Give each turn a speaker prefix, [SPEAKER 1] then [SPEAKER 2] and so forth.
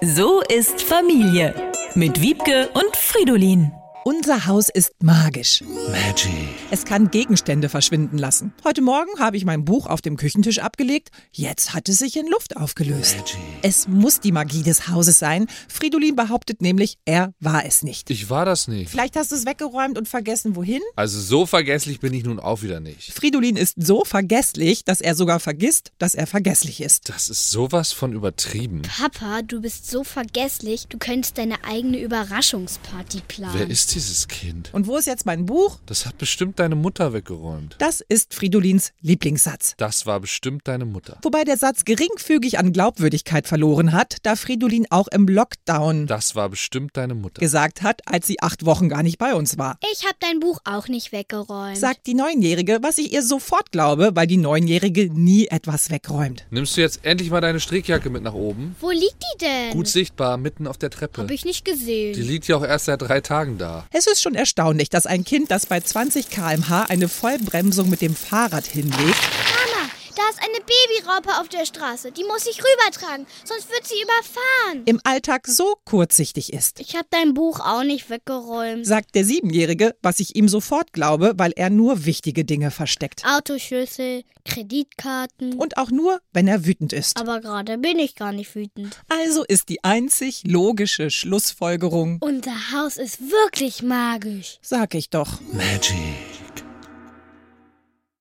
[SPEAKER 1] So ist Familie mit Wiebke und Fridolin.
[SPEAKER 2] Unser Haus ist magisch.
[SPEAKER 3] Magic.
[SPEAKER 2] Es kann Gegenstände verschwinden lassen. Heute Morgen habe ich mein Buch auf dem Küchentisch abgelegt. Jetzt hat es sich in Luft aufgelöst. Es muss die Magie des Hauses sein. Fridolin behauptet nämlich, er war es nicht.
[SPEAKER 3] Ich war das nicht.
[SPEAKER 2] Vielleicht hast du es weggeräumt und vergessen, wohin?
[SPEAKER 3] Also so vergesslich bin ich nun auch wieder nicht.
[SPEAKER 2] Fridolin ist so vergesslich, dass er sogar vergisst, dass er vergesslich ist.
[SPEAKER 3] Das ist sowas von übertrieben.
[SPEAKER 4] Papa, du bist so vergesslich, du könntest deine eigene Überraschungsparty planen.
[SPEAKER 3] Wer ist dieses Kind?
[SPEAKER 2] Und wo ist jetzt mein Buch?
[SPEAKER 3] Das hat bestimmt deine Mutter weggeräumt.
[SPEAKER 2] Das ist Fridolins Lieblingssatz.
[SPEAKER 3] Das war bestimmt deine Mutter.
[SPEAKER 2] Wobei der Satz geringfügig an Glaubwürdigkeit verloren hat, da Fridolin auch im Lockdown
[SPEAKER 3] Das war bestimmt deine Mutter.
[SPEAKER 2] gesagt hat, als sie acht Wochen gar nicht bei uns war.
[SPEAKER 4] ich habe dein Buch auch nicht weggeräumt.
[SPEAKER 2] Sagt die Neunjährige, was ich ihr sofort glaube, weil die Neunjährige nie etwas wegräumt.
[SPEAKER 3] Nimmst du jetzt endlich mal deine Strickjacke mit nach oben?
[SPEAKER 4] Wo liegt die denn?
[SPEAKER 3] Gut sichtbar, mitten auf der Treppe.
[SPEAKER 4] Hab ich nicht
[SPEAKER 3] Die
[SPEAKER 4] gesehen.
[SPEAKER 3] liegt ja auch erst seit drei Tagen da.
[SPEAKER 2] Es ist schon erstaunlich, dass ein Kind, das bei 20 km/h eine Vollbremsung mit dem Fahrrad hinlegt,
[SPEAKER 4] Mama, da ist eine Babyraupe auf der Straße. Die muss ich rübertragen, sonst wird sie überfahren.
[SPEAKER 2] im Alltag so kurzsichtig ist.
[SPEAKER 4] Ich habe dein Buch auch nicht weggeräumt.
[SPEAKER 2] Sagt der Siebenjährige, was ich ihm sofort glaube, weil er nur wichtige Dinge versteckt.
[SPEAKER 4] Autoschlüssel, Kreditkarten.
[SPEAKER 2] Und auch nur, wenn er wütend ist.
[SPEAKER 4] Aber gerade bin ich gar nicht wütend.
[SPEAKER 2] Also ist die einzig logische Schlussfolgerung,
[SPEAKER 4] Unser Haus ist wirklich magisch.
[SPEAKER 2] sag ich doch.
[SPEAKER 3] Magic.